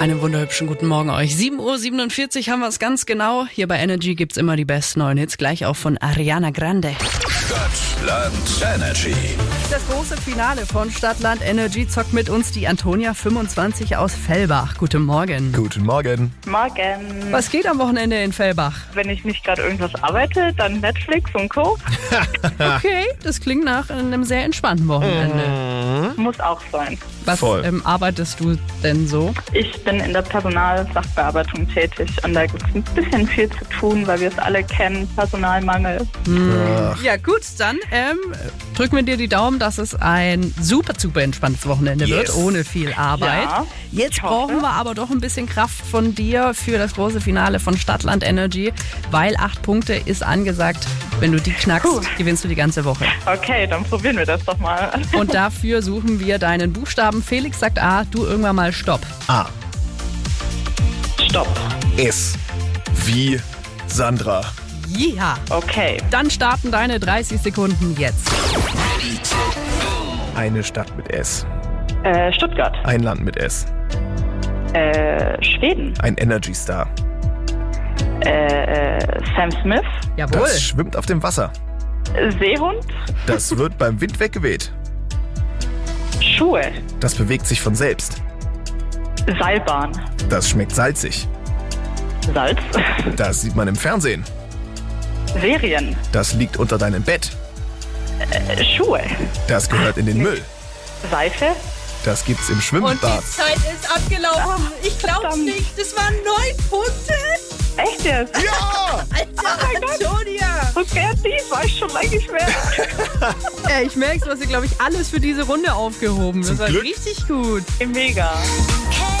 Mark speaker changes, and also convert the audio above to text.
Speaker 1: Einen wunderhübschen guten Morgen euch. 7.47 Uhr haben wir es ganz genau. Hier bei Energy gibt's immer die besten neuen Hits, gleich auch von Ariana Grande.
Speaker 2: Stadtland Energy.
Speaker 1: Das große Finale von Stadtland Energy zockt mit uns die Antonia 25 aus Fellbach. Guten Morgen.
Speaker 3: Guten Morgen.
Speaker 4: Morgen.
Speaker 1: Was geht am Wochenende in Fellbach?
Speaker 4: ähm, Wenn ich nicht gerade irgendwas arbeite, dann Netflix und Co.
Speaker 1: Okay, das klingt nach einem sehr entspannten Wochenende.
Speaker 4: Muss auch sein.
Speaker 1: Was
Speaker 3: Voll.
Speaker 1: ähm, arbeitest du denn so?
Speaker 4: Ich bin in der Personalsachbearbeitung tätig und da gibt es ein bisschen viel zu tun, weil wir es alle kennen, Personalmangel.
Speaker 1: Ja gut, dann ähm, drücken wir dir die Daumen, dass es ein super, super entspanntes Wochenende wird,
Speaker 3: Yes.
Speaker 1: ohne viel Arbeit.
Speaker 4: Ja,
Speaker 1: Jetzt
Speaker 4: ich hoffe.
Speaker 1: brauchen wir aber doch ein bisschen Kraft von dir für das große Finale von Stadtland Energy, weil acht Punkte ist angesagt. Wenn du die knackst,
Speaker 4: Puh.
Speaker 1: gewinnst du die ganze Woche.
Speaker 4: Okay, dann probieren wir das doch mal.
Speaker 1: Und dafür suchen wir deinen Buchstaben. Felix sagt A, du irgendwann mal Stopp.
Speaker 3: A.
Speaker 4: Stopp.
Speaker 3: S. Wie Sandra.
Speaker 1: Ja.
Speaker 4: Okay.
Speaker 1: Dann starten deine 30 Sekunden jetzt.
Speaker 3: Eine Stadt mit S.
Speaker 4: Äh, Stuttgart.
Speaker 3: Ein Land mit S.
Speaker 4: Äh, Schweden.
Speaker 3: Ein Energy Star.
Speaker 4: Äh, äh, Sam Smith.
Speaker 1: Jawohl.
Speaker 3: Das schwimmt auf dem Wasser.
Speaker 4: Seehund.
Speaker 3: Das wird beim Wind weggeweht.
Speaker 4: Schuhe.
Speaker 3: Das bewegt sich von selbst.
Speaker 4: Seilbahn.
Speaker 3: Das schmeckt salzig.
Speaker 4: Salz.
Speaker 3: Das sieht man im Fernsehen.
Speaker 4: Serien.
Speaker 3: Das liegt unter deinem Bett.
Speaker 4: Äh, Schuhe.
Speaker 3: Das gehört in den Müll.
Speaker 4: Seife.
Speaker 3: Das gibt's im
Speaker 5: Und die
Speaker 3: Schwimmbad.
Speaker 5: Zeit ist abgelaufen. Ich glaub's
Speaker 4: verdammt.
Speaker 5: nicht. Das waren neun Punkte.
Speaker 4: Echt jetzt?
Speaker 3: Ja!
Speaker 1: Oh
Speaker 5: Alter, Antonia.
Speaker 4: So kreativ war ich schon lange nicht mehr.
Speaker 1: Ey, ich merk's, was ihr, glaube ich, alles für diese Runde aufgehoben.
Speaker 3: Zum
Speaker 1: das war
Speaker 3: Glück.
Speaker 1: richtig gut.
Speaker 4: Mega.
Speaker 6: Hey,